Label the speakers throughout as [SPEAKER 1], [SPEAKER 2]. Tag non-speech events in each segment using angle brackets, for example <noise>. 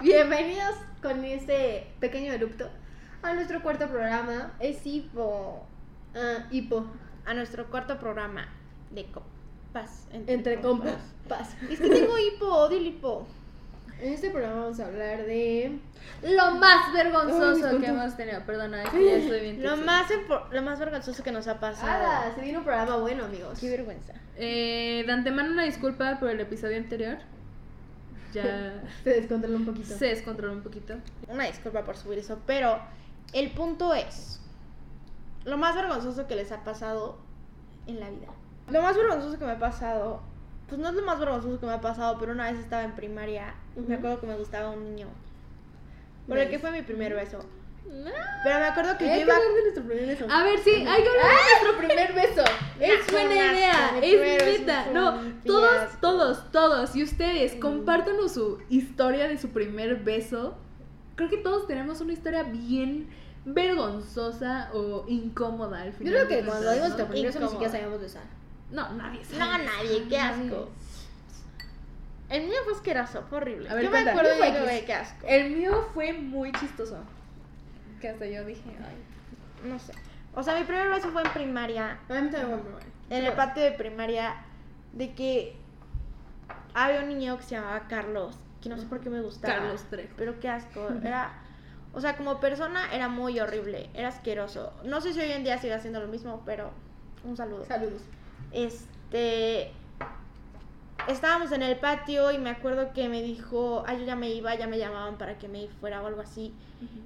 [SPEAKER 1] Bienvenidos con este pequeño erupto a nuestro cuarto programa.
[SPEAKER 2] Es hipo.
[SPEAKER 1] Ah, hipo.
[SPEAKER 2] A nuestro cuarto programa de copas.
[SPEAKER 1] Entre compas. Paz.
[SPEAKER 2] Es que tengo hipo, odio el hipo.
[SPEAKER 1] En este programa vamos a hablar de.
[SPEAKER 2] Lo más
[SPEAKER 1] Ay, mis
[SPEAKER 2] vergonzoso que
[SPEAKER 1] puntos.
[SPEAKER 2] hemos tenido. Perdona, es que ya estoy bien.
[SPEAKER 3] Lo
[SPEAKER 2] tensa.
[SPEAKER 3] más, empo- lo más vergonzoso que nos ha pasado.
[SPEAKER 1] Ah, se viene un programa bueno, amigos.
[SPEAKER 3] Qué vergüenza.
[SPEAKER 2] Eh, de antemano una disculpa por el episodio anterior. Ya
[SPEAKER 1] Se descontrola un poquito.
[SPEAKER 2] se descontroló un poquito.
[SPEAKER 3] Una disculpa por subir eso, pero el punto es, lo más vergonzoso que les ha pasado en la vida. Lo más vergonzoso que me ha pasado, pues no es lo más vergonzoso que me ha pasado, pero una vez estaba en primaria,
[SPEAKER 1] Ujú.
[SPEAKER 3] me acuerdo que me gustaba un niño. Por el
[SPEAKER 1] Nice.
[SPEAKER 3] que fue mi primer beso. Pero me acuerdo que yo
[SPEAKER 1] Hay que
[SPEAKER 3] iba...
[SPEAKER 1] hablar de nuestro primer beso.
[SPEAKER 2] A ver, sí, hay que hablar de nuestro primer beso. Es
[SPEAKER 3] fue
[SPEAKER 2] buena
[SPEAKER 3] un asco,
[SPEAKER 2] idea,
[SPEAKER 3] mi primer
[SPEAKER 2] es
[SPEAKER 3] beso
[SPEAKER 2] neta.
[SPEAKER 3] fue
[SPEAKER 2] No,
[SPEAKER 3] un
[SPEAKER 2] todos,
[SPEAKER 3] fiasco.
[SPEAKER 2] todos, todos. Y ustedes, compártanos su historia de su primer beso. Creo que todos tenemos una historia bien vergonzosa o incómoda al
[SPEAKER 1] Yo
[SPEAKER 2] final.
[SPEAKER 1] creo
[SPEAKER 2] de
[SPEAKER 1] que
[SPEAKER 2] cuentas,
[SPEAKER 1] cuando dimos nuestro
[SPEAKER 2] ¿no?
[SPEAKER 1] primer beso ni siquiera sabíamos
[SPEAKER 3] Incómodo.
[SPEAKER 1] besar.
[SPEAKER 2] No, nadie sabe.
[SPEAKER 3] No, nadie, qué asco.
[SPEAKER 1] Ay.
[SPEAKER 3] El mío fue asqueroso, fue horrible.
[SPEAKER 2] A ver,
[SPEAKER 3] yo me
[SPEAKER 2] cuenta.
[SPEAKER 3] acuerdo
[SPEAKER 2] ¿Qué fue
[SPEAKER 3] de que,
[SPEAKER 2] X?
[SPEAKER 3] güey, qué asco.
[SPEAKER 2] El mío fue muy chistoso. Que hasta yo dije, ay.
[SPEAKER 3] No sé. O sea, mi primer beso fue en primaria.
[SPEAKER 1] A mí también fue el primero.
[SPEAKER 3] en el patio de primaria de que había un niño que se llamaba Carlos, que no sé por qué me gustaba.
[SPEAKER 2] Carlos Trejo.
[SPEAKER 3] Pero qué <laughs> asco, era o sea, como persona era muy horrible, era asqueroso. No sé si hoy en día sigue haciendo lo mismo, pero un saludo.
[SPEAKER 1] Saludos.
[SPEAKER 3] Este estábamos en el patio y me acuerdo que me dijo, "Ay, yo ya me iba, ya me llamaban para que me fuera o algo así."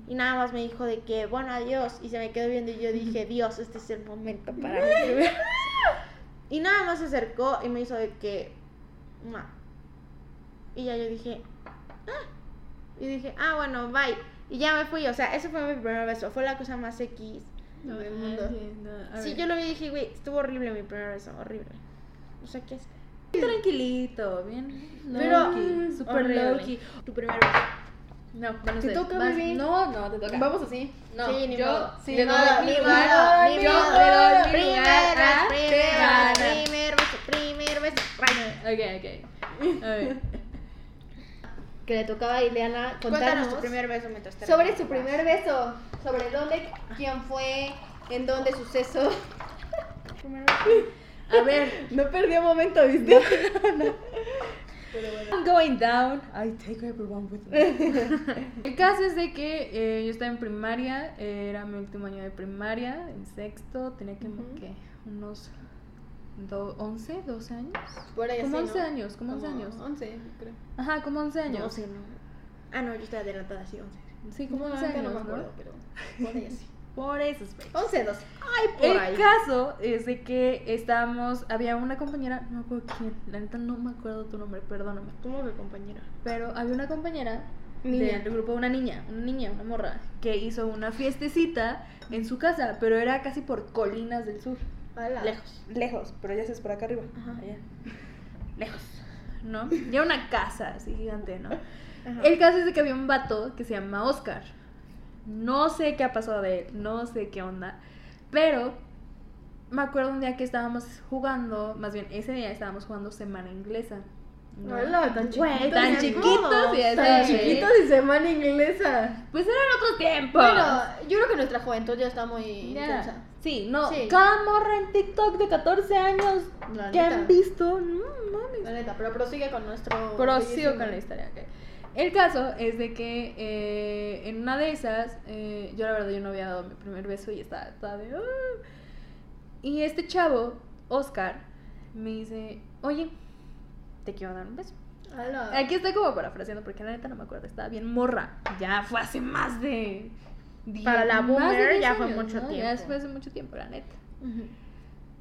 [SPEAKER 3] Y nada más me dijo de que, bueno, adiós. Y se me quedó viendo y yo dije, Dios, este es el momento para mí. <laughs> y nada más se acercó y me hizo de que, "Mua". Y ya yo dije, "Ah". Y dije, ah, bueno, bye. Y ya me fui. O sea, ese fue mi primer beso. Fue la cosa más X
[SPEAKER 2] No,
[SPEAKER 3] del mundo.
[SPEAKER 2] nadie, no. A
[SPEAKER 3] Sí,
[SPEAKER 2] ver.
[SPEAKER 3] yo lo vi y dije, güey, estuvo horrible mi primer beso. Horrible. O sea, ¿qué es?
[SPEAKER 2] Tranquilito, bien.
[SPEAKER 3] Pero- mm,
[SPEAKER 2] low-key, super
[SPEAKER 3] horrible.
[SPEAKER 2] low key.
[SPEAKER 3] Tu primer beso.
[SPEAKER 2] No, bueno,
[SPEAKER 1] Te
[SPEAKER 2] ustedes,
[SPEAKER 1] toca,
[SPEAKER 2] vas-
[SPEAKER 1] baby.
[SPEAKER 2] No, no, te toca.
[SPEAKER 1] Vamos así.
[SPEAKER 2] No,
[SPEAKER 3] Sí, ni
[SPEAKER 2] yo
[SPEAKER 3] modo.
[SPEAKER 1] Sí,
[SPEAKER 2] le
[SPEAKER 1] no,
[SPEAKER 2] doy
[SPEAKER 1] ni
[SPEAKER 2] mi
[SPEAKER 1] modo,
[SPEAKER 2] lugar,
[SPEAKER 1] ni
[SPEAKER 2] yo
[SPEAKER 1] modo.
[SPEAKER 2] le doy mi ah, lugar
[SPEAKER 3] Primeras,
[SPEAKER 2] a
[SPEAKER 3] primeras,
[SPEAKER 2] Tebana.
[SPEAKER 3] primer beso, primer beso. Ay,
[SPEAKER 2] Ok, <laughs> ok. A ver.
[SPEAKER 1] Que le tocaba a Ileana
[SPEAKER 3] Cuéntanos tu
[SPEAKER 1] contarnos
[SPEAKER 3] primer beso mientras te
[SPEAKER 1] sobre su
[SPEAKER 3] recuperas.
[SPEAKER 1] primer beso. Sobre dónde, quién fue, en dónde suceso. <laughs>
[SPEAKER 2] A ver.
[SPEAKER 1] No perdió momento, ¿viste?
[SPEAKER 2] I'm going down. I take everyone with me. <laughs> El caso es de que eh, yo estaba en primaria, eh, era mi último año de primaria, en sexto, tenía que,
[SPEAKER 1] Ujú.
[SPEAKER 2] ¿qué? Unos do- 11, 12 años.
[SPEAKER 1] Por ahí
[SPEAKER 2] Como
[SPEAKER 1] así,
[SPEAKER 2] 11
[SPEAKER 1] ¿no?
[SPEAKER 2] años, como 11 años.
[SPEAKER 1] 11, creo.
[SPEAKER 2] Ajá, como 11 años.
[SPEAKER 3] No sé, no. Ah, no, yo estoy adelantada, sí, 11.
[SPEAKER 2] Sí, como
[SPEAKER 1] Como
[SPEAKER 2] 11 años,
[SPEAKER 1] no me
[SPEAKER 2] ¿no?
[SPEAKER 1] acuerdo, pero por ahí así. <laughs>
[SPEAKER 2] Por eso, espera.
[SPEAKER 1] 11, 12.
[SPEAKER 3] Ay,
[SPEAKER 2] El caso es de que estábamos, había una compañera, no me acuerdo quién, la neta no me acuerdo tu nombre, perdóname.
[SPEAKER 3] ¿Cómo que compañera?
[SPEAKER 2] Pero había una compañera
[SPEAKER 1] Niña.
[SPEAKER 2] del grupo, una niña, una niña, una morra, que hizo una fiestecita en su casa, pero era casi por colinas del sur.
[SPEAKER 3] Lejos.
[SPEAKER 2] Lejos, pero ya es por acá arriba.
[SPEAKER 3] Ajá.
[SPEAKER 2] allá. Lejos, ¿no? Ya una casa así gigante, ¿no?
[SPEAKER 3] Ajá.
[SPEAKER 2] El caso es de que había un vato que se llama Oscar. No sé qué ha pasado de él, no sé qué onda. Pero me acuerdo un día que estábamos jugando, más bien ese día estábamos jugando semana inglesa. ¿no?
[SPEAKER 1] Hola, tan
[SPEAKER 3] Güey,
[SPEAKER 1] chiquitos.
[SPEAKER 2] tan
[SPEAKER 3] Entonces,
[SPEAKER 2] chiquitos y
[SPEAKER 1] Tan
[SPEAKER 2] así.
[SPEAKER 1] chiquitos y semana inglesa.
[SPEAKER 2] Pues eran otros tiempos.
[SPEAKER 1] Bueno, yo creo que nuestra juventud ya está muy
[SPEAKER 2] Ya.
[SPEAKER 1] intensa.
[SPEAKER 2] Sí, no.
[SPEAKER 1] Sí.
[SPEAKER 2] Cada morra en TikTok de 14 años
[SPEAKER 1] La
[SPEAKER 2] que
[SPEAKER 1] neta.
[SPEAKER 2] han visto. No mames.
[SPEAKER 1] La neta, pero prosigue con nuestro.
[SPEAKER 2] Pero
[SPEAKER 1] bellísimo-
[SPEAKER 2] sigo con la historia, ok. El caso es de que eh, en una de esas, eh, yo la verdad yo no había dado mi primer beso y estaba toda de... "Ah". Y este chavo, Oscar, me dice, oye, te quiero dar un beso.
[SPEAKER 3] Ah.
[SPEAKER 1] Hola.
[SPEAKER 2] Aquí estoy como parafraseando porque la neta no me acuerdo, estaba bien morra. Ya fue hace más de... diez-
[SPEAKER 3] Para la
[SPEAKER 2] más de
[SPEAKER 3] boomer
[SPEAKER 2] diez
[SPEAKER 3] ya fue mucho
[SPEAKER 2] Ya
[SPEAKER 3] tiempo.
[SPEAKER 2] fue hace mucho tiempo, la neta.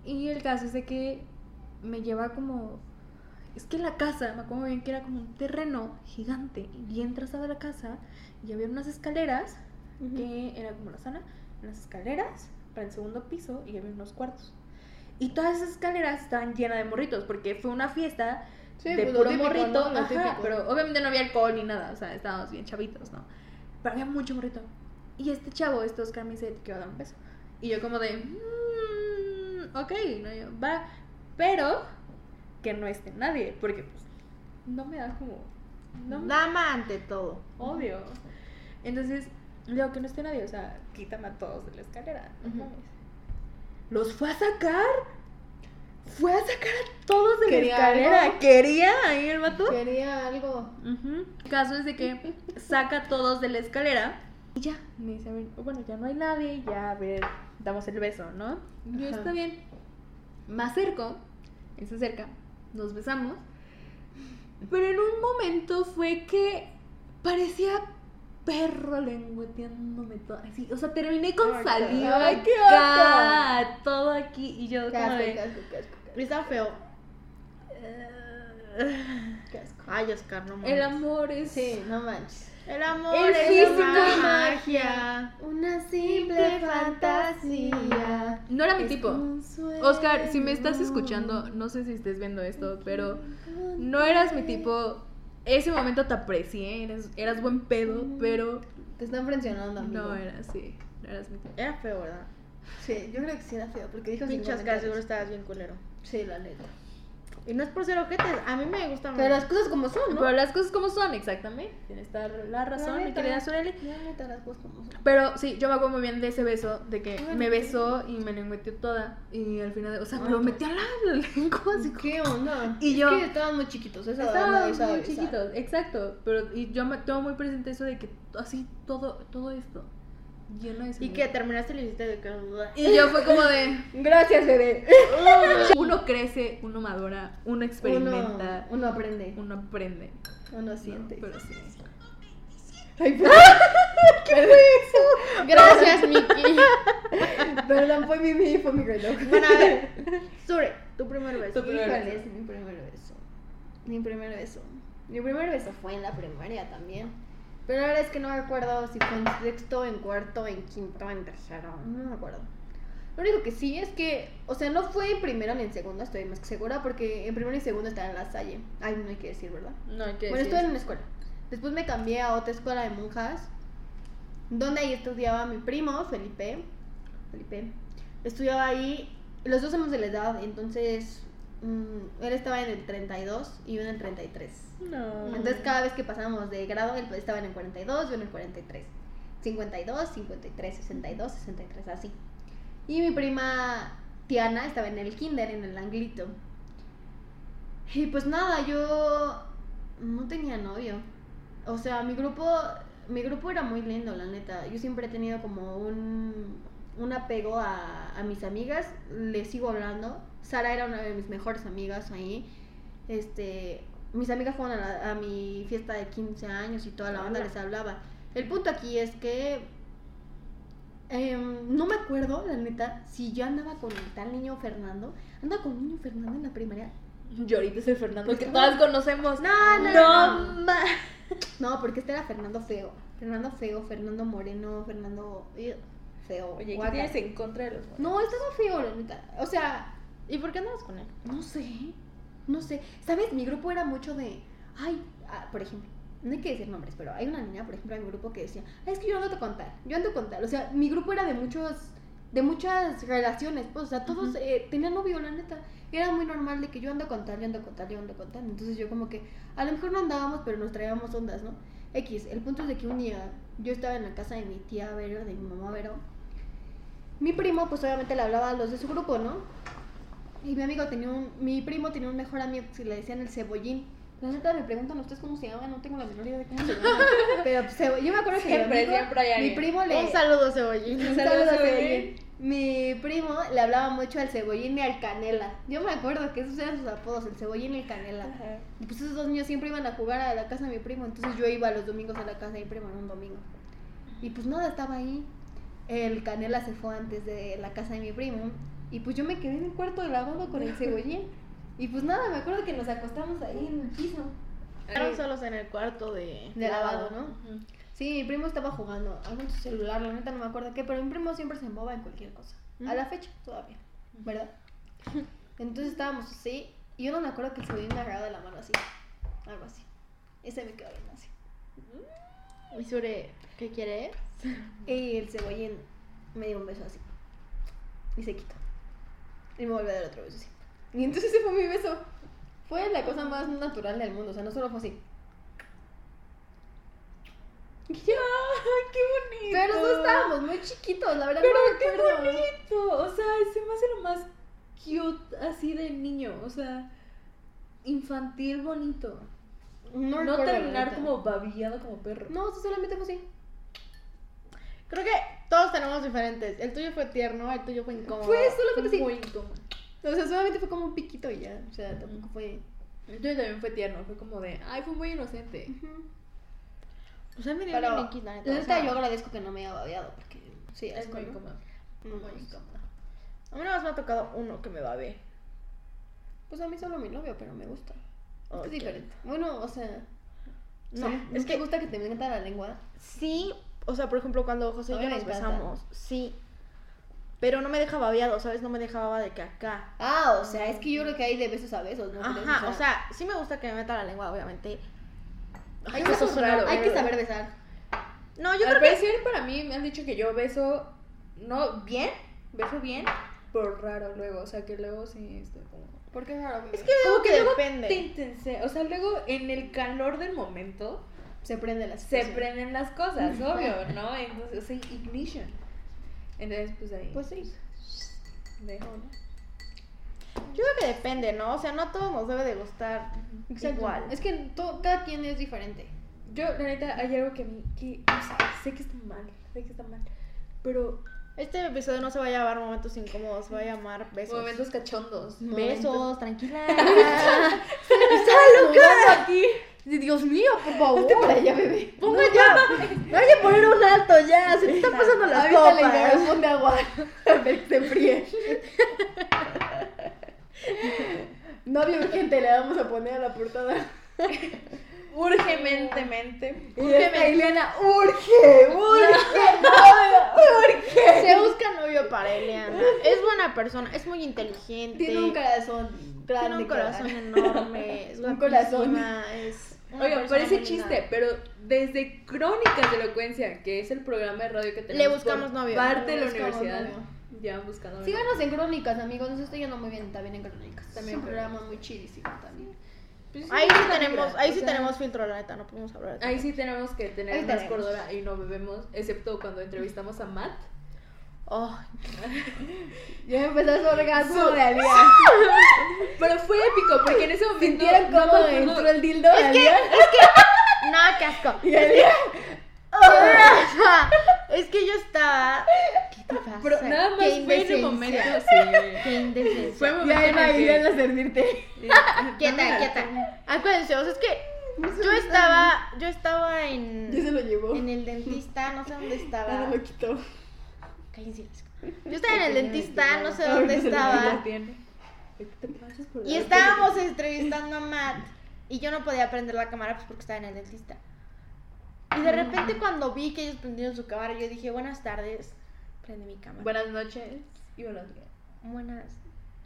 [SPEAKER 2] Y el caso es de que me lleva como. Es que la casa, me acuerdo bien que era como un terreno gigante, y bien trazada la casa, y había unas escaleras, que era como la sala, unas escaleras para el segundo piso y había unos cuartos. Y todas esas escaleras estaban llenas de morritos, porque fue una fiesta
[SPEAKER 1] Sí,
[SPEAKER 2] de
[SPEAKER 1] pues, lo
[SPEAKER 2] puro
[SPEAKER 1] típico,
[SPEAKER 2] morrito,
[SPEAKER 1] ¿no? Lo
[SPEAKER 2] ajá,
[SPEAKER 1] típico.
[SPEAKER 2] pero obviamente no había alcohol ni nada, o sea, estábamos bien chavitos, ¿no? Pero había mucho morrito. Y este chavo, este Oscar, me dice, te quiero dar un beso. Y yo como de, "Mm, ok, no, yo, va, pero que no esté nadie, porque pues no me da como No,
[SPEAKER 3] Dama ante todo.
[SPEAKER 2] obvio. Entonces, Leo, que no esté nadie, o sea, quítame a todos de la escalera. no
[SPEAKER 3] Ujú.
[SPEAKER 2] mames. ¿Los fue a sacar? ¿Fue a sacar a todos de
[SPEAKER 1] Quería
[SPEAKER 2] la escalera?
[SPEAKER 1] algo.
[SPEAKER 2] ¿Quería ahí el vato?
[SPEAKER 1] Quería algo.
[SPEAKER 2] Ujú. El caso es de que saca a todos de la escalera y ya. Me dice, a ver, bueno, ya no hay nadie, ya a ver, damos el beso, ¿no? Yo
[SPEAKER 1] Ajá.
[SPEAKER 2] está bien. Me acerco, él se acerca, nos besamos. Pero en un momento fue que parecía perro lengueteándome todo así. O sea, terminé con
[SPEAKER 1] Ay, qué-
[SPEAKER 2] saliva
[SPEAKER 1] ay, qué
[SPEAKER 2] acá, todo aquí. Y yo
[SPEAKER 1] Qué
[SPEAKER 2] como
[SPEAKER 1] asco,
[SPEAKER 2] de,
[SPEAKER 1] qué asco, qué asco, qué asco,
[SPEAKER 3] Está feo.
[SPEAKER 1] qué asco.
[SPEAKER 2] Ah,
[SPEAKER 3] Ay, Oscar, no mames.
[SPEAKER 2] El amor es...
[SPEAKER 1] Sí, no manches.
[SPEAKER 3] El amor
[SPEAKER 2] El
[SPEAKER 3] es
[SPEAKER 2] físico.
[SPEAKER 3] una magia.
[SPEAKER 1] Una simple fantasía.
[SPEAKER 2] No era mi tipo. Oscar, si me estás escuchando, no sé si estés viendo esto, pero no eras mi tipo. Ese momento te aprecié, eras, eras buen pedo, pero
[SPEAKER 1] Te están presionando, Mm, amigo.
[SPEAKER 2] no eras así. No eras mi tipo.
[SPEAKER 3] Era feo, ¿verdad?
[SPEAKER 1] Sí, yo creo que sí era feo, porque dijo sin
[SPEAKER 3] Pinche Oscar,
[SPEAKER 1] comentarios.
[SPEAKER 3] seguro estabas bien culero.
[SPEAKER 1] Sí, la neta.
[SPEAKER 3] Y no es por ser ojetes, a mí me gusta
[SPEAKER 1] Pero las cosas como son, ¿no?
[SPEAKER 2] Pero las cosas como son, exactamente. Tienes toda la razón, mi
[SPEAKER 1] neta.
[SPEAKER 2] querida Soreli.
[SPEAKER 1] La neta, las cosas como son.
[SPEAKER 2] Pero sí, yo me acuerdo muy bien de ese beso, de que me besó y me lengüeteó toda. Y al final, o sea, me lo metió a la lengua así
[SPEAKER 1] ¿Qué onda?
[SPEAKER 2] Y
[SPEAKER 1] es
[SPEAKER 2] yo-
[SPEAKER 1] que estaban muy chiquitos, eso
[SPEAKER 2] Estaban
[SPEAKER 1] no, eso,
[SPEAKER 2] muy
[SPEAKER 1] eso.
[SPEAKER 2] chiquitos, exacto. Pero y yo me tengo muy presente eso de que así todo, todo esto lleno de
[SPEAKER 3] Y
[SPEAKER 2] saliva.
[SPEAKER 3] que terminaste y le hiciste de que.
[SPEAKER 2] Y yo fue como de
[SPEAKER 1] Gracias, bebé.
[SPEAKER 2] uno crece, uno madura, uno experimenta,
[SPEAKER 1] Uno, uno aprende,
[SPEAKER 2] uno aprende.
[SPEAKER 1] uno siente.
[SPEAKER 2] Pero sí. <laughs>
[SPEAKER 1] Ay, perdón. Perdón.
[SPEAKER 3] <laughs> Gracias, Miki.
[SPEAKER 1] Perdón, fue mi, mi, fue mi reloj.
[SPEAKER 3] Bueno, a ver.
[SPEAKER 1] <laughs>
[SPEAKER 3] Sure, tu primer beso.
[SPEAKER 2] Tu primer
[SPEAKER 1] Híjole,
[SPEAKER 2] beso.
[SPEAKER 1] es mi primer beso. Mi primer beso. Mi primer beso fue en la primaria también. Pero la verdad es que no me acuerdo si fue en sexto, en cuarto, en quinto, en tercero. No me acuerdo. Lo único que sí es que, o sea, no fue en primero ni en segundo, estoy más que segura, porque en primero y segundo estaba en la salle. Ay, no hay que decir, ¿verdad?
[SPEAKER 2] No, que
[SPEAKER 1] Bueno, estuve en una escuela. Después me cambié a otra escuela de monjas, donde ahí estudiaba mi primo, Felipe. Felipe. Estudiaba ahí. Los dos somos de la edad, entonces mm, él estaba en el 32 y yo en el 33.
[SPEAKER 2] No.
[SPEAKER 1] Entonces cada vez que pasábamos de grado, él estaba en el 42, yo en el 43. 52, 53, 62, 63, así. Y mi prima Tiana estaba en el kinder, en el anglito. Y pues nada, yo no tenía novio. O sea, mi grupo, mi grupo era muy lindo, la neta. Yo siempre he tenido como un, un apego a, a mis amigas. Les sigo hablando. Sara era una de mis mejores amigas ahí. Este, mis amigas fueron a, la- a mi fiesta de 15 años y toda la banda les hablaba. El punto aquí es que em, no me acuerdo, la neta, si yo andaba con el tal niño Fernando. Andaba con un niño Fernando en la primaria.
[SPEAKER 2] Yo ahorita soy Fernando, que
[SPEAKER 1] Pues,
[SPEAKER 2] todas conocemos.
[SPEAKER 1] No, no,
[SPEAKER 2] No,
[SPEAKER 1] no.
[SPEAKER 2] ma-
[SPEAKER 1] No, porque este era Fernando Feo. Fernando Feo, Fernando Moreno, Fernando eh, Feo.
[SPEAKER 2] Oye, ¿qué
[SPEAKER 1] guácala.
[SPEAKER 2] tienes en contra de los monos?
[SPEAKER 1] No, estaba feo, la neta. O sea,
[SPEAKER 3] ¿Y por qué andabas con él?
[SPEAKER 1] no sé. No sé. ¿Sabes? Mi grupo era mucho de. Ay, ah, por ejemplo. No hay que decir nombres, pero hay una niña, por ejemplo, en mi grupo que decía, "Ay, es que yo ando a contar, yo ando a contar. O sea, mi grupo era de muchos, de muchas relaciones, pues, o sea, todos
[SPEAKER 2] Ujú.
[SPEAKER 1] eh, tenían novio, la neta. Era muy normal de que yo ando a contar, yo ando a contar, yo ando a contar. Entonces yo como que, a lo mejor no andábamos, pero nos traíamos ondas, ¿no? X, el punto es de que un día yo estaba en la casa de mi tía Vero, de mi mamá Vero. Mi primo, pues obviamente le hablaba a los de su grupo, ¿no? Y mi amigo tenía un, mi primo tenía un mejor amigo que le decían el cebollín. La neta me preguntan ustedes cómo se llama, no tengo la menor idea de cómo se
[SPEAKER 2] <laughs>
[SPEAKER 1] llama. Pero pues, cebo- yo me acuerdo que mi
[SPEAKER 2] Siempre,
[SPEAKER 1] amigo-
[SPEAKER 2] siempre hay
[SPEAKER 1] mi
[SPEAKER 2] alguien.
[SPEAKER 1] primo le
[SPEAKER 3] Un saludo, Cebollín.
[SPEAKER 1] un
[SPEAKER 2] saludo,
[SPEAKER 1] saludo,
[SPEAKER 2] cebollín.
[SPEAKER 1] cebollín. Mi primo le hablaba mucho al cebollín y al canela. Yo me acuerdo que esos eran sus apodos, el cebollín y el canela.
[SPEAKER 2] Ajá.
[SPEAKER 1] Y pues esos dos niños siempre iban a jugar a la casa de mi primo, entonces yo iba los domingos a la casa de mi primo en un domingo. Y pues nada, estaba ahí. El canela se fue antes de la casa de mi primo. Y pues yo me quedé en el cuarto de la banda con <laughs> el cebollín. Y pues nada, me acuerdo que nos acostamos ahí en el piso.
[SPEAKER 3] Estaban solos en el cuarto de.
[SPEAKER 1] De lavado, ¿no?
[SPEAKER 2] Ujú.
[SPEAKER 1] Sí, mi primo estaba jugando, algo en su celular, la neta no me acuerdo qué, pero mi primo siempre se emboba en cualquier cosa. A la fecha todavía,
[SPEAKER 3] <laughs>
[SPEAKER 1] ¿verdad? Entonces estábamos así, y yo no me acuerdo que el cebollín me agarraba de la mano así, algo así. Ese me quedó bien así.
[SPEAKER 3] Y Sure, ¿qué quieres?
[SPEAKER 1] <laughs> Y el cebollín me dio un beso así. Y se quitó. Y me volvió a dar otro beso así. Y entonces ese fue mi beso. Fue la cosa más natural del mundo. O sea, no solo fue así.
[SPEAKER 2] Ya, qué bonito.
[SPEAKER 1] Pero los dos estábamos muy chiquitos, la verdad
[SPEAKER 2] Pero
[SPEAKER 1] no me
[SPEAKER 2] qué
[SPEAKER 1] acuerdo.
[SPEAKER 2] bonito. O sea, se me hace lo más cute así de niño. O sea, infantil bonito.
[SPEAKER 1] No,
[SPEAKER 2] No
[SPEAKER 1] recuerdo, la
[SPEAKER 2] terminar
[SPEAKER 1] neta.
[SPEAKER 2] como babiado como perro.
[SPEAKER 1] No, sí, solamente fue así.
[SPEAKER 3] Creo que todos tenemos diferentes. El tuyo fue tierno, el tuyo fue incómodo.
[SPEAKER 1] Fue solamente así.
[SPEAKER 2] Muy incómodo.
[SPEAKER 1] O sea, solamente fue como un piquito y ya. O sea, tampoco fue.
[SPEAKER 2] Yo también fue tierno, fue como de, ay, fue muy inocente.
[SPEAKER 3] Pues a mí me dio
[SPEAKER 1] Pero,
[SPEAKER 3] bien X, la neta,
[SPEAKER 1] La
[SPEAKER 3] o
[SPEAKER 1] neta,
[SPEAKER 3] sea,
[SPEAKER 1] yo agradezco que no me haya babeado porque. Sí,
[SPEAKER 2] Es
[SPEAKER 1] asco,
[SPEAKER 2] muy
[SPEAKER 1] ¿no?
[SPEAKER 2] incómodo.
[SPEAKER 1] No,
[SPEAKER 2] Muy
[SPEAKER 1] pues,
[SPEAKER 2] incómodo.
[SPEAKER 3] A mí nada más me ha tocado uno que me va a ver.
[SPEAKER 1] Pues a mí solo mi novio, pero me gusta.
[SPEAKER 3] Ok.
[SPEAKER 1] Es diferente. Bueno, o sea.
[SPEAKER 3] No,
[SPEAKER 1] sí,
[SPEAKER 3] es
[SPEAKER 1] es que
[SPEAKER 3] que
[SPEAKER 1] gusta que te meta la lengua.
[SPEAKER 3] sí, o sea, por ejemplo, cuando José y
[SPEAKER 1] A
[SPEAKER 3] yo
[SPEAKER 1] mí me
[SPEAKER 3] nos
[SPEAKER 1] encanta.
[SPEAKER 3] besamos, sí. Pero no me deja babeado, ¿sabes? No me deja baba de que acá.
[SPEAKER 1] Ah, o sea, es que yo creo que hay de besos a besos, ¿no? crees?
[SPEAKER 3] Ajá, o sea, sí me gusta que me meta la lengua, obviamente.
[SPEAKER 1] hay,
[SPEAKER 3] Ay,
[SPEAKER 1] besos
[SPEAKER 3] eso es raro,
[SPEAKER 1] hay que
[SPEAKER 3] ¿verdad?
[SPEAKER 1] saber besar.
[SPEAKER 3] No, yo
[SPEAKER 2] Al
[SPEAKER 3] creo que.
[SPEAKER 2] parecer para mí me han dicho que yo beso, no bien, beso bien, pero raro luego. O sea, que luego sí estoy como...
[SPEAKER 1] ¿Por qué es raro?
[SPEAKER 3] Es que digo que depende.
[SPEAKER 2] Te intense- o sea, luego en el calor del momento
[SPEAKER 1] se prende la
[SPEAKER 2] se
[SPEAKER 1] situación.
[SPEAKER 2] prenden las cosas, obvio, ¿no? Entonces, o sea, ignition. Entonces, pues ahí.
[SPEAKER 1] Pues sí.
[SPEAKER 2] dejo, ¿no?
[SPEAKER 3] Yo creo que depende, ¿no? O sea, no a todos nos debe de gustar
[SPEAKER 1] Exacto.
[SPEAKER 3] igual.
[SPEAKER 1] Es que to- cada quien es diferente.
[SPEAKER 2] Yo, la neta, hay algo que a mí, que, o sea, sé que está mal, sé que está mal, pero
[SPEAKER 3] Este episodio no se va a llamar momentos incómodos, se va a llamar besos. <laughs>
[SPEAKER 2] momentos cachondos.
[SPEAKER 1] Besos, <laughs> tranquila.
[SPEAKER 3] Claro, aquí.
[SPEAKER 1] Dios mío, por favor. Ponte para allá, bebé.
[SPEAKER 3] Ponga ya. Vaya a poner un alto ya. Se te están pasando las
[SPEAKER 1] Ahorita le
[SPEAKER 3] copas.
[SPEAKER 1] garrafón de <laughs> agua. A ver que se fríe. Novio urgente le vamos a poner a la portada.
[SPEAKER 2] Urgentemente.
[SPEAKER 1] Y esta Ileana, urge, urge, urge.
[SPEAKER 3] Se busca novio para Eliana. Es buena persona, es muy inteligente.
[SPEAKER 1] Tiene un corazón grande.
[SPEAKER 3] tiene un
[SPEAKER 1] cara.
[SPEAKER 3] corazón
[SPEAKER 2] <laughs>
[SPEAKER 3] enorme. Es
[SPEAKER 1] Un
[SPEAKER 3] guapísima, Es una
[SPEAKER 2] Oigan,
[SPEAKER 3] persona
[SPEAKER 2] parece
[SPEAKER 3] muy linda.
[SPEAKER 2] chiste, pero desde Crónicas de Elocuencia, que es el programa de radio que tenemos.
[SPEAKER 3] Le buscamos
[SPEAKER 2] por
[SPEAKER 3] novio.
[SPEAKER 2] Parte
[SPEAKER 1] Le
[SPEAKER 2] de la
[SPEAKER 1] buscamos
[SPEAKER 2] universidad.
[SPEAKER 1] novio.
[SPEAKER 2] Ya buscando novio.
[SPEAKER 1] Síganos en Crónicas, amigos. Nos está yendo muy bien también en Crónicas. También
[SPEAKER 2] También en
[SPEAKER 1] es un programa muy chidísimo también.
[SPEAKER 2] Pues sí,
[SPEAKER 3] Ahí sí
[SPEAKER 2] buena
[SPEAKER 3] tenemos,
[SPEAKER 2] vibra,
[SPEAKER 3] ahí
[SPEAKER 2] o
[SPEAKER 3] sí
[SPEAKER 2] sea,
[SPEAKER 3] tenemos filtro, la neta. No podemos hablar de
[SPEAKER 2] Ahí sí tenemos que tener
[SPEAKER 1] Ahí
[SPEAKER 2] más
[SPEAKER 1] tenemos.
[SPEAKER 2] cordura y no bebemos, excepto cuando entrevistamos a Matt.
[SPEAKER 3] Oh,
[SPEAKER 1] Ya empezó a orgasmo de Alian.
[SPEAKER 2] Pero fue épico, porque en ese momento
[SPEAKER 1] ¿Sintieron
[SPEAKER 2] no me
[SPEAKER 1] cómo
[SPEAKER 2] acuerdo-
[SPEAKER 1] entró el dildo de Alian?
[SPEAKER 3] no, qué
[SPEAKER 2] <laughs>
[SPEAKER 3] asco.
[SPEAKER 1] Y
[SPEAKER 3] <laughs>
[SPEAKER 1] Alian.
[SPEAKER 3] es que yo estaba. ¿Qué te pasa?
[SPEAKER 2] Pero nada más
[SPEAKER 3] Qué
[SPEAKER 2] fue en el
[SPEAKER 3] indecencia.
[SPEAKER 2] momento, sí.
[SPEAKER 3] Qué indecencia.
[SPEAKER 2] <laughs> Fue un
[SPEAKER 1] Y
[SPEAKER 2] momento en
[SPEAKER 1] Alma
[SPEAKER 2] el
[SPEAKER 1] y Alian
[SPEAKER 2] que...
[SPEAKER 1] a
[SPEAKER 2] <laughs>
[SPEAKER 1] servirte.
[SPEAKER 3] Quieta, quieta. Acuérdense, o sea, es que yo estaba, yo estaba
[SPEAKER 1] <laughs> Ya se
[SPEAKER 3] en,
[SPEAKER 1] lo llevó.
[SPEAKER 3] en el dentista, no sé dónde
[SPEAKER 1] Ah,
[SPEAKER 3] estaba.
[SPEAKER 1] lo quitó.
[SPEAKER 3] Cállense. Yo estaba en el dentista, no <laughs> sé
[SPEAKER 2] Ahorita
[SPEAKER 3] dónde
[SPEAKER 2] se lo
[SPEAKER 3] estaba.
[SPEAKER 2] tiene. ¿Qué te pasas por
[SPEAKER 3] Y
[SPEAKER 2] la-
[SPEAKER 3] estábamos entrevistando a Matt y yo no podía prender la cámara pues porque estaba en el dentista. Y de repente cuando vi que ellos prendieron su cámara, yo dije, buenas tardes, prende mi cámara.
[SPEAKER 2] Buenas noches y buenos días.
[SPEAKER 3] Buenas,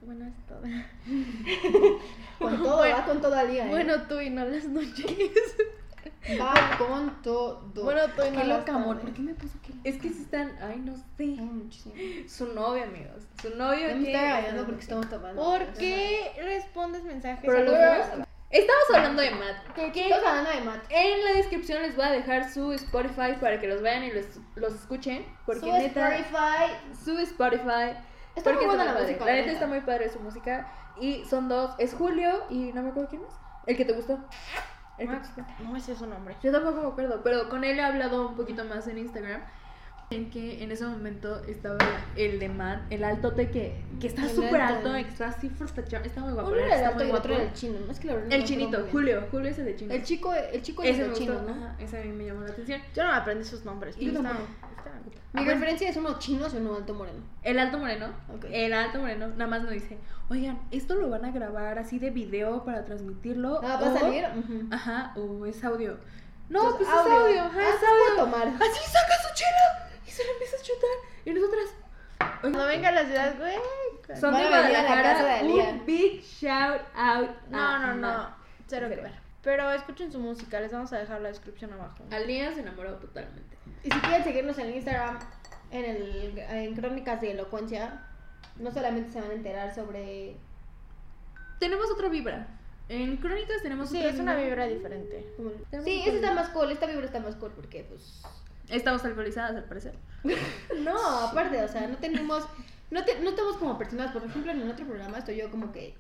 [SPEAKER 3] buenas todas.
[SPEAKER 1] <laughs> Con todo, va con toda Alian. ¿eh?
[SPEAKER 3] Bueno, tú y no las noches.
[SPEAKER 1] va con <laughs> todo.
[SPEAKER 3] Bueno, tú y no
[SPEAKER 1] Qué
[SPEAKER 3] las
[SPEAKER 1] loca, amor.
[SPEAKER 3] tardes.
[SPEAKER 1] ¿Por qué me puso que
[SPEAKER 2] Es que si están, ay, no
[SPEAKER 1] Ay,
[SPEAKER 2] sé.
[SPEAKER 1] muchísimo.
[SPEAKER 2] Su novio, amigos. Su novio
[SPEAKER 1] Ya me
[SPEAKER 2] que-
[SPEAKER 1] está agallando porque estamos tomando.
[SPEAKER 3] ¿Por qué respondes mensajes?
[SPEAKER 2] Pero
[SPEAKER 3] a
[SPEAKER 2] los
[SPEAKER 3] los-
[SPEAKER 2] dos- Estamos hablando de Matt. que
[SPEAKER 1] Estamos hablando de Matt.
[SPEAKER 2] En la descripción les voy a dejar su Spotify para que los vean y los, los escuchen. Porque
[SPEAKER 1] Su
[SPEAKER 2] neta,
[SPEAKER 1] Spotify.
[SPEAKER 2] su Spotify.
[SPEAKER 1] Está muy
[SPEAKER 2] porque
[SPEAKER 1] buena la
[SPEAKER 2] padre.
[SPEAKER 1] música.
[SPEAKER 2] La neta está muy padre su música. Y son dos. Es Julio y no me acuerdo quién es. El que te gustó. El que te gustó.
[SPEAKER 3] No, ese es su nombre.
[SPEAKER 2] Yo tampoco me acuerdo, pero con él he hablado un poquito más en Instagram. En que en ese momento estaba el de Matt, el altote que, que está
[SPEAKER 1] El
[SPEAKER 2] súper
[SPEAKER 1] alto.
[SPEAKER 2] alto, que está así fortachón, está muy guapo.
[SPEAKER 1] Uno
[SPEAKER 2] la
[SPEAKER 1] era
[SPEAKER 2] neta,
[SPEAKER 1] el
[SPEAKER 2] está
[SPEAKER 1] alto y
[SPEAKER 2] muy
[SPEAKER 1] el otro
[SPEAKER 2] guapo.
[SPEAKER 1] era el chino. ¿no? Es que la verdad no
[SPEAKER 2] El
[SPEAKER 1] me
[SPEAKER 2] chinito,
[SPEAKER 1] acuerdo muy bien.
[SPEAKER 2] Julio, Julio es el de chino.
[SPEAKER 1] El chico, el chico y
[SPEAKER 2] ese
[SPEAKER 1] el
[SPEAKER 2] me
[SPEAKER 1] chino,
[SPEAKER 2] gustó,
[SPEAKER 1] ¿no?
[SPEAKER 2] ajá, ese a mí me llamó la atención.
[SPEAKER 3] Yo no me aprendí sus nombres.
[SPEAKER 2] Yo
[SPEAKER 3] pero
[SPEAKER 2] tampoco.
[SPEAKER 3] estaban- estaban cool.
[SPEAKER 1] Mi referencia es uno chino y uno alto moreno.
[SPEAKER 2] El alto moreno,
[SPEAKER 1] Ok.
[SPEAKER 2] el alto moreno, nada más nos dice, oigan, esto lo van a grabar así de video para transmitirlo.
[SPEAKER 1] Ah, ¿va a
[SPEAKER 2] o-
[SPEAKER 1] salir? Ujú.
[SPEAKER 2] Ajá, o es audio. No,
[SPEAKER 1] Entonces,
[SPEAKER 2] pues es audio, ajá,
[SPEAKER 1] Ah, se
[SPEAKER 2] es
[SPEAKER 1] puede
[SPEAKER 2] audio.
[SPEAKER 1] tomar.
[SPEAKER 2] Así saca su chela y se la empieza a chutar. Y nosotras.
[SPEAKER 3] Cuando venga a la ciudad, güey.
[SPEAKER 2] Son de
[SPEAKER 1] Van a venir a la casa de
[SPEAKER 2] Guadalajara.
[SPEAKER 1] Alía.
[SPEAKER 2] Un big shout out.
[SPEAKER 3] No, no, no. Cero que ver. Pero escuchen su música, les vamos a dejar la descripción abajo.
[SPEAKER 2] Alía se enamoró totalmente.
[SPEAKER 1] Y si quieren seguirnos en Instagram, en, el, en Crónicas de Elocuencia, no solamente se van a enterar sobre
[SPEAKER 2] Tenemos otra vibra. En Crónicas tenemos
[SPEAKER 3] Sí,
[SPEAKER 2] otra
[SPEAKER 3] es una vibra
[SPEAKER 2] vibra.
[SPEAKER 3] diferente.
[SPEAKER 1] Sí, esa está más cool, esta vibra está más cool porque pues...
[SPEAKER 2] Estamos alcoholizadas al parecer.
[SPEAKER 1] No, aparte, o sea, no tenemos, no, te- no estamos como personas, por ejemplo, en el otro programa estoy yo como que,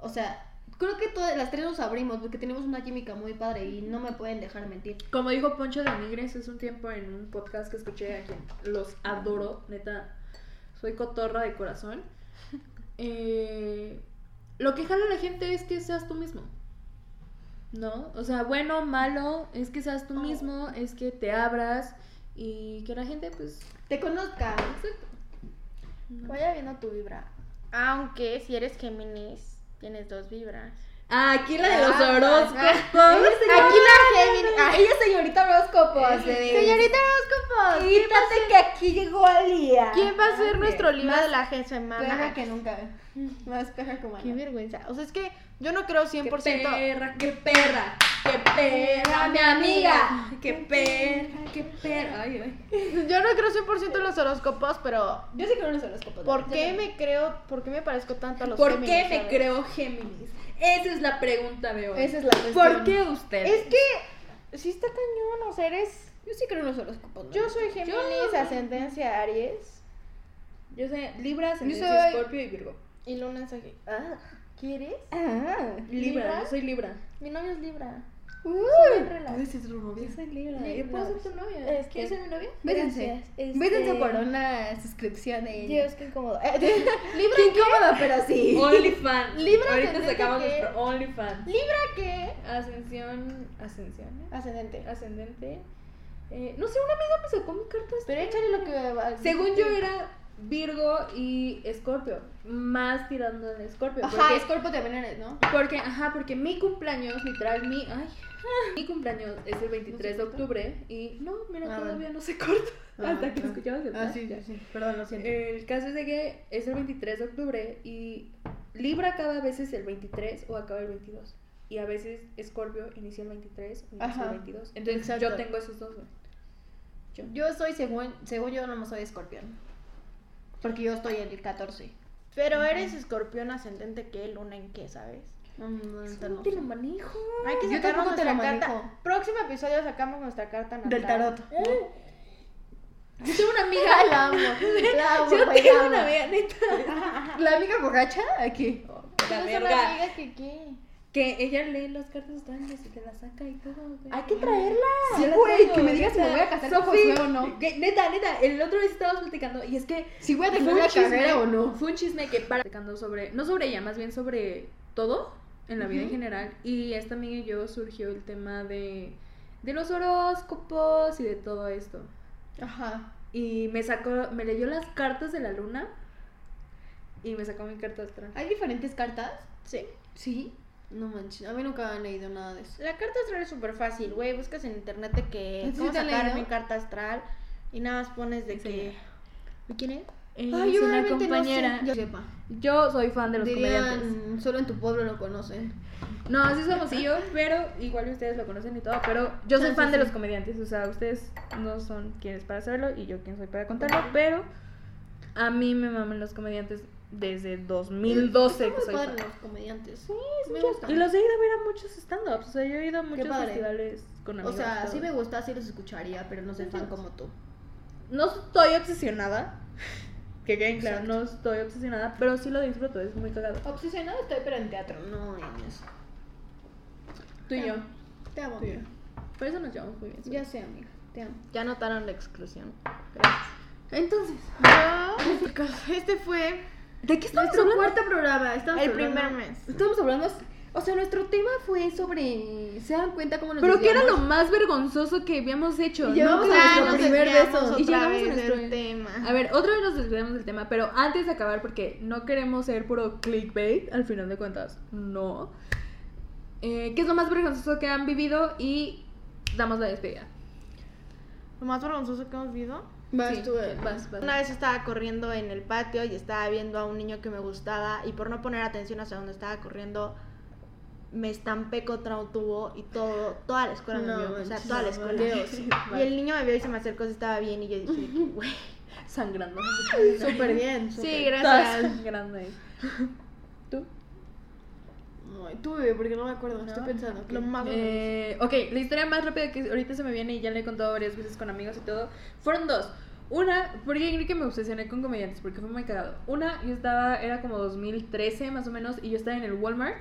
[SPEAKER 1] o sea, creo que todas las tres nos abrimos porque tenemos una química muy padre y no me pueden dejar mentir.
[SPEAKER 2] Como dijo Poncho de Nigres hace un tiempo en un podcast que escuché a quien los adoro, neta, soy cotorra de <laughs> corazón. Eh, lo que jala a la gente es que seas tú mismo. ¿No? O sea, bueno, malo, es que seas tú mismo, es que te abras y que la gente, pues.
[SPEAKER 1] Te conozcan.
[SPEAKER 2] no.
[SPEAKER 3] Vaya viendo tu vibra. Aunque si eres Géminis, tienes dos vibras.
[SPEAKER 2] Ah, Aquí la de los
[SPEAKER 1] Ah,
[SPEAKER 2] <laughs> horóscopos.
[SPEAKER 1] Aquí la Gemini. <laughs> Ah, ella es señorita horóscopos.
[SPEAKER 3] Eh, Señorita horóscopos. ¿quién va a
[SPEAKER 1] Quítate que aquí llegó Alía.
[SPEAKER 3] ser- ¿Quién va a ser nuestro libro
[SPEAKER 1] Más
[SPEAKER 3] de la semana?
[SPEAKER 1] Perra que nunca. ¿eh? Más perra como
[SPEAKER 3] Qué
[SPEAKER 1] Ana.
[SPEAKER 3] vergüenza. O sea, es que yo no creo
[SPEAKER 2] Qué
[SPEAKER 3] 100%.
[SPEAKER 2] perra, qué perra, qué perra, mi amiga. Qué perra, qué perra. Ay, ay.
[SPEAKER 3] Yo no creo 100% en los horóscopos, pero
[SPEAKER 1] Yo sí creo en los horóscopos.
[SPEAKER 3] ¿por
[SPEAKER 1] yo
[SPEAKER 3] qué
[SPEAKER 1] también.
[SPEAKER 3] me creo, por qué me parezco tanto a los
[SPEAKER 2] ¿Por
[SPEAKER 3] Géminis,
[SPEAKER 2] qué me
[SPEAKER 3] sabes?
[SPEAKER 2] creo Géminis? Esa es la pregunta de hoy.
[SPEAKER 1] Esa es la cuestión.
[SPEAKER 2] ¿Por qué usted?
[SPEAKER 3] Es que sí está cañón, o sea, eres
[SPEAKER 1] Yo sí creo en los horóscopos. ¿no?
[SPEAKER 3] yo soy Géminis,
[SPEAKER 2] Yo-
[SPEAKER 3] ascendencia Aries
[SPEAKER 2] Yo soy Libra,
[SPEAKER 1] soy-
[SPEAKER 2] Ascendencia, Escorpio y Virgo.
[SPEAKER 3] y Luna en Sagitario. ¿Quieres?
[SPEAKER 1] Ah.
[SPEAKER 2] Libra,
[SPEAKER 3] ¿Libra?
[SPEAKER 2] yo soy Libra.
[SPEAKER 3] Mi novio es Libra.
[SPEAKER 1] Uy.
[SPEAKER 2] ¿Puedes ser tu novia? Yo soy Libra.
[SPEAKER 3] Libra.
[SPEAKER 2] ¿Puedo ser tu novia?
[SPEAKER 3] Este-
[SPEAKER 2] ¿Quieres ser mi novia?
[SPEAKER 1] Védense.
[SPEAKER 3] Gracias, este-
[SPEAKER 1] Védense por una suscripción de ella.
[SPEAKER 3] Dios, qué incómodo. <laughs> ¿Libra
[SPEAKER 1] Qué incómoda, pero sí. <laughs>
[SPEAKER 2] <laughs> OnlyFan.
[SPEAKER 3] Libra,
[SPEAKER 2] Ahorita
[SPEAKER 3] ascendente,
[SPEAKER 2] sacamos
[SPEAKER 3] ¿qué?
[SPEAKER 2] nuestro OnlyFan.
[SPEAKER 3] ¿Libra qué?
[SPEAKER 2] Ascensión. Ascensión.
[SPEAKER 3] Ascendente.
[SPEAKER 2] Ascendente. Eh, no sé, una amiga me sacó mi carta. astral.
[SPEAKER 3] Pero échale lo que.
[SPEAKER 2] Según yo era Virgo y Escorpio. Más tirando en Escorpio.
[SPEAKER 1] Ajá,
[SPEAKER 2] porque-
[SPEAKER 1] es cuerpo también eres, ¿no?
[SPEAKER 2] Porque, ajá, porque mi cumpleaños, literal, mi. Ay, <laughs> mi cumpleaños es el 23 de octubre y no, mira,
[SPEAKER 1] Ah,
[SPEAKER 2] todavía no se corta. <laughs> hasta que
[SPEAKER 1] Ah,
[SPEAKER 2] escuchamos el
[SPEAKER 1] Ah,
[SPEAKER 2] plan,
[SPEAKER 1] sí,
[SPEAKER 2] ya.
[SPEAKER 1] sí, sí. Perdón, lo siento.
[SPEAKER 2] El caso es de que es el 23 de octubre y Libra acaba a veces el 23 o acaba el 22. Y a veces Scorpio inicia el 23 o inicia
[SPEAKER 1] Ajá,
[SPEAKER 2] el 22. Entonces yo
[SPEAKER 1] exacto.
[SPEAKER 2] tengo esos dos, güey. Yo.
[SPEAKER 1] Yo soy, según, según yo, no soy escorpión. Porque yo estoy en el 14.
[SPEAKER 3] Pero eres escorpión ascendente, ¿qué? ¿Luna en qué, sabes?
[SPEAKER 2] No te lo manejo. <laughs>
[SPEAKER 3] Hay que
[SPEAKER 1] Yo
[SPEAKER 3] sacarnos
[SPEAKER 1] tampoco te
[SPEAKER 3] nuestra
[SPEAKER 1] lo manejo.
[SPEAKER 3] carta. Próximo episodio sacamos nuestra carta natal.
[SPEAKER 1] Del tarot.
[SPEAKER 2] Yo tengo una amiga.
[SPEAKER 1] <laughs> la amo. La amo.
[SPEAKER 2] yo
[SPEAKER 1] güey,
[SPEAKER 2] tengo
[SPEAKER 1] la
[SPEAKER 2] una
[SPEAKER 1] amo.
[SPEAKER 2] amiga, neta.
[SPEAKER 1] La amiga borracha, aquí.
[SPEAKER 2] La
[SPEAKER 3] Yo soy
[SPEAKER 2] verga.
[SPEAKER 3] la amiga que qué.
[SPEAKER 2] Que ella lee las cartas astrales y te las saca y todo. güey.
[SPEAKER 1] Hay que traerla.
[SPEAKER 2] Sí, la
[SPEAKER 1] güey,
[SPEAKER 2] tengo,
[SPEAKER 1] que me digas si me
[SPEAKER 2] neta.
[SPEAKER 1] voy a casar con
[SPEAKER 2] Sofi,
[SPEAKER 1] Josué o no.
[SPEAKER 2] que- neta, neta, el otro día estábamos platicando y es que
[SPEAKER 1] Si voy a
[SPEAKER 2] fue
[SPEAKER 1] terminar
[SPEAKER 2] un
[SPEAKER 1] la
[SPEAKER 2] chisme-
[SPEAKER 1] carrera o no.
[SPEAKER 2] Fue un chisme que para platicando sobre, no sobre ella, más bien sobre todo en la vida en
[SPEAKER 1] Ujú.
[SPEAKER 2] general. Y esta amiga y yo surgió el tema de, de los horóscopos y de todo esto.
[SPEAKER 1] Ajá.
[SPEAKER 2] Y me sacó, me leyó las cartas de la luna y me sacó mi carta astral.
[SPEAKER 1] ¿Hay diferentes cartas?
[SPEAKER 3] Sí.
[SPEAKER 1] Sí. No manches, a mí nunca han leído nada de eso.
[SPEAKER 3] La carta astral es súper fácil, güey. Buscas en internet de que
[SPEAKER 1] ¿Sí
[SPEAKER 3] cómo
[SPEAKER 1] te han
[SPEAKER 3] sacar
[SPEAKER 1] leído?
[SPEAKER 3] mi carta astral y nada más pones de que.
[SPEAKER 2] Enséñala.
[SPEAKER 3] ¿Y quién es?
[SPEAKER 2] Ay,
[SPEAKER 1] yo
[SPEAKER 2] es una
[SPEAKER 1] realmente no
[SPEAKER 2] compañera.
[SPEAKER 1] sé, yo sepa.
[SPEAKER 2] yo... soy fan de los comediantes.
[SPEAKER 1] Dirían, solo en tu pueblo lo conocen.
[SPEAKER 2] No, sí es famosillo, pero igual ustedes lo conocen y todo, pero yo soy
[SPEAKER 1] Ah,
[SPEAKER 2] fan
[SPEAKER 1] sí,
[SPEAKER 2] de
[SPEAKER 1] sí.
[SPEAKER 2] los comediantes, o sea, ustedes no son quienes para saberlo y yo quien soy para contarlo, pero a mí me maman los comediantes desde 2012 que
[SPEAKER 1] Muy
[SPEAKER 2] soy fan.
[SPEAKER 1] padre los comediantes. Sí, me
[SPEAKER 2] Muchos-
[SPEAKER 1] gusta.
[SPEAKER 2] Y los he ido a ver a muchos stand-ups, o sea, yo he ido a muchos
[SPEAKER 1] padre.
[SPEAKER 2] festivales con
[SPEAKER 1] O
[SPEAKER 2] amigos.
[SPEAKER 1] sea,
[SPEAKER 2] todo.
[SPEAKER 1] sí me gusta, sí los escucharía, pero no soy fan como tú.
[SPEAKER 2] No estoy obsesionada, <laughs> que queden claro,
[SPEAKER 1] Exacto.
[SPEAKER 2] no estoy obsesionada, pero sí lo disfruto, es muy cagado.
[SPEAKER 1] Obsesionada estoy, pero en teatro, no en eso.
[SPEAKER 2] Tú y yo,
[SPEAKER 1] Te amo,
[SPEAKER 2] tú y yo.
[SPEAKER 1] amiga.
[SPEAKER 2] Por eso nos llevamos muy bien.
[SPEAKER 1] Ya sé, amiga. Te amo.
[SPEAKER 3] Ya notaron la exclusión.
[SPEAKER 2] Entonces,
[SPEAKER 3] Gracias. Este fue
[SPEAKER 2] ¿de qué estamos
[SPEAKER 1] Nuestro
[SPEAKER 2] hablando?
[SPEAKER 1] cuarto programa. Estamos
[SPEAKER 3] el
[SPEAKER 1] hablando-
[SPEAKER 3] primer mes.
[SPEAKER 1] Estamos hablando. O sea, nuestro tema fue sobre. ¿Se dan cuenta cómo nos
[SPEAKER 2] Pero que era lo
[SPEAKER 1] desviamos?
[SPEAKER 2] más vergonzoso que habíamos hecho.
[SPEAKER 1] Y llevamos a
[SPEAKER 2] Nunca habíamos-
[SPEAKER 1] nuestro primer
[SPEAKER 3] desviamos
[SPEAKER 1] beso.
[SPEAKER 3] otra
[SPEAKER 2] Y llegamos a
[SPEAKER 3] vez
[SPEAKER 2] nuestro-
[SPEAKER 3] del tema.
[SPEAKER 2] A ver, otra vez nos desviamos del tema, pero antes de acabar, porque no queremos ser puro clickbait, al final de cuentas, no. Eh, ¿Qué es lo más vergonzoso que han vivido? Y damos la despedida.
[SPEAKER 3] Lo más vergonzoso que hemos vivido.
[SPEAKER 1] Vas
[SPEAKER 2] Sí,
[SPEAKER 1] tú, eh.
[SPEAKER 2] vas, vas.
[SPEAKER 3] Una vez estaba corriendo en el patio y estaba viendo a un niño que me gustaba y por no poner atención hacia donde estaba corriendo me estampé contra un tubo y todo toda la escuela me
[SPEAKER 1] No
[SPEAKER 3] vio, o sea,
[SPEAKER 1] manches,
[SPEAKER 3] toda
[SPEAKER 1] no
[SPEAKER 3] la escuela. <laughs>
[SPEAKER 1] manches.
[SPEAKER 3] Y el niño me vio y se me acercó si estaba bien y yo dije, <laughs> de que, güey.
[SPEAKER 2] Sangrando.
[SPEAKER 1] Súper bien. súper
[SPEAKER 3] Sí,
[SPEAKER 1] bien.
[SPEAKER 2] Toda
[SPEAKER 3] gracias.
[SPEAKER 2] sangrando ahí. ¿Tú?
[SPEAKER 1] Ay, tú, bebé, porque no me acuerdo, estoy pensando.
[SPEAKER 3] Lo
[SPEAKER 1] ok.
[SPEAKER 3] más
[SPEAKER 2] Eh, ok, la historia más rápida que ahorita se me viene y ya la he contado varias veces con amigos y todo, fueron dos. Una, porque creo que me obsesioné con comediantes, porque fue muy cagado. Una, yo estaba, era como 2013 más o menos, y yo estaba en el Walmart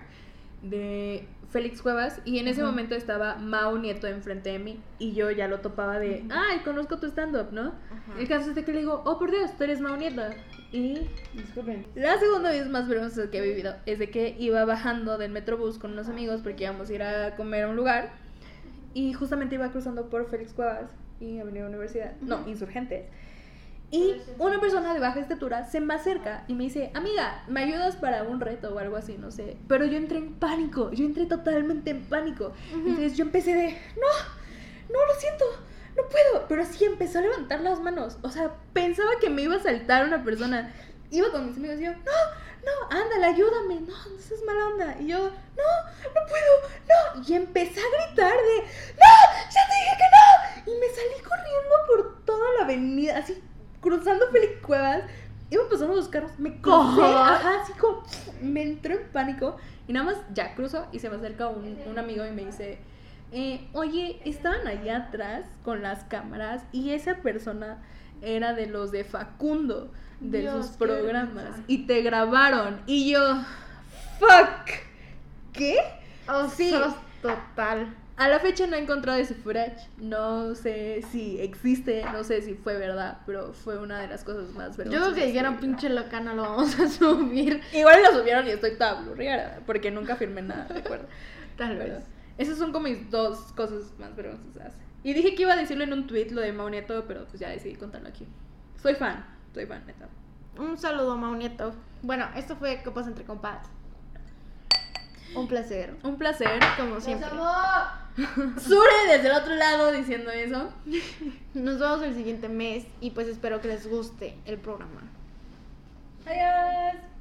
[SPEAKER 2] de Félix Cuevas, y en ese
[SPEAKER 3] Ujú.
[SPEAKER 2] momento estaba Mao Nieto enfrente de mí, y yo ya lo topaba de, ay, conozco tu stand-up, ¿no?
[SPEAKER 3] Ajá.
[SPEAKER 2] El caso es de que le digo, oh, por Dios, tú eres Mao Nieto. Y
[SPEAKER 1] Disculpen.
[SPEAKER 2] la segunda vez más vergonzosa que he vivido es de que iba bajando del metrobús con unos amigos porque íbamos a ir a comer a un lugar y justamente iba cruzando por Félix Cuevas y Avenida Universidad, no, Insurgentes. Y una persona de baja estatura se me acerca y me dice, amiga, ¿me ayudas para un reto o algo así? No sé. Pero yo entré en pánico, yo entré totalmente en pánico. Entonces yo empecé de, no, no, lo siento, no puedo. Pero sí empezó a levantar las manos. O sea, pensaba que me iba a saltar una persona. Iba con mis amigos y yo, no, no, ándale, ayúdame, no, no seas mala onda. Y yo, no, no puedo, no. Y empecé a gritar de, no, ya te dije que no. Y me salí corriendo por toda la avenida, así, cruzando Félix Cuevas. Iban pasando los carros, me cogí,
[SPEAKER 3] Ajá.
[SPEAKER 2] ajá, así como, me entró en pánico. Y nada más ya cruzo y se me acerca un, un amigo y me dice, eh, oye, estaban allá atrás con las cámaras y esa persona era de los de Facundo, de
[SPEAKER 3] Dios,
[SPEAKER 2] sus
[SPEAKER 3] qué
[SPEAKER 2] programas,
[SPEAKER 3] vergüenza.
[SPEAKER 2] y te grabaron. Y yo, fuck, ¿qué?
[SPEAKER 3] Oh,
[SPEAKER 2] sí.
[SPEAKER 3] sos total.
[SPEAKER 2] A la fecha no he encontrado ese footage, no sé si existe, no sé si fue verdad, pero fue una de las cosas más
[SPEAKER 3] Yo
[SPEAKER 2] vergonzosas.
[SPEAKER 3] creo que dijeron,
[SPEAKER 2] he vivido.
[SPEAKER 3] pinche loca, no lo vamos a <laughs> subir.
[SPEAKER 2] Igual lo subieron y estoy toda blurriada, porque nunca firmé nada, recuerdo.
[SPEAKER 3] Tal
[SPEAKER 2] Pero
[SPEAKER 3] vez.
[SPEAKER 2] esas son como mis dos cosas más vergonzosas. Y dije que iba a decirlo en un tweet lo de Mauneto, pero pues ya decidí contarlo aquí. Soy fan, soy fan, neta.
[SPEAKER 3] Un saludo, Maunieto. Bueno, esto fue Copas entre Compas. Un placer.
[SPEAKER 2] Un placer.
[SPEAKER 3] Como siempre.
[SPEAKER 2] Sure desde el otro lado diciendo eso.
[SPEAKER 3] Nos vemos el siguiente mes y pues espero que les guste el programa.
[SPEAKER 2] Adiós.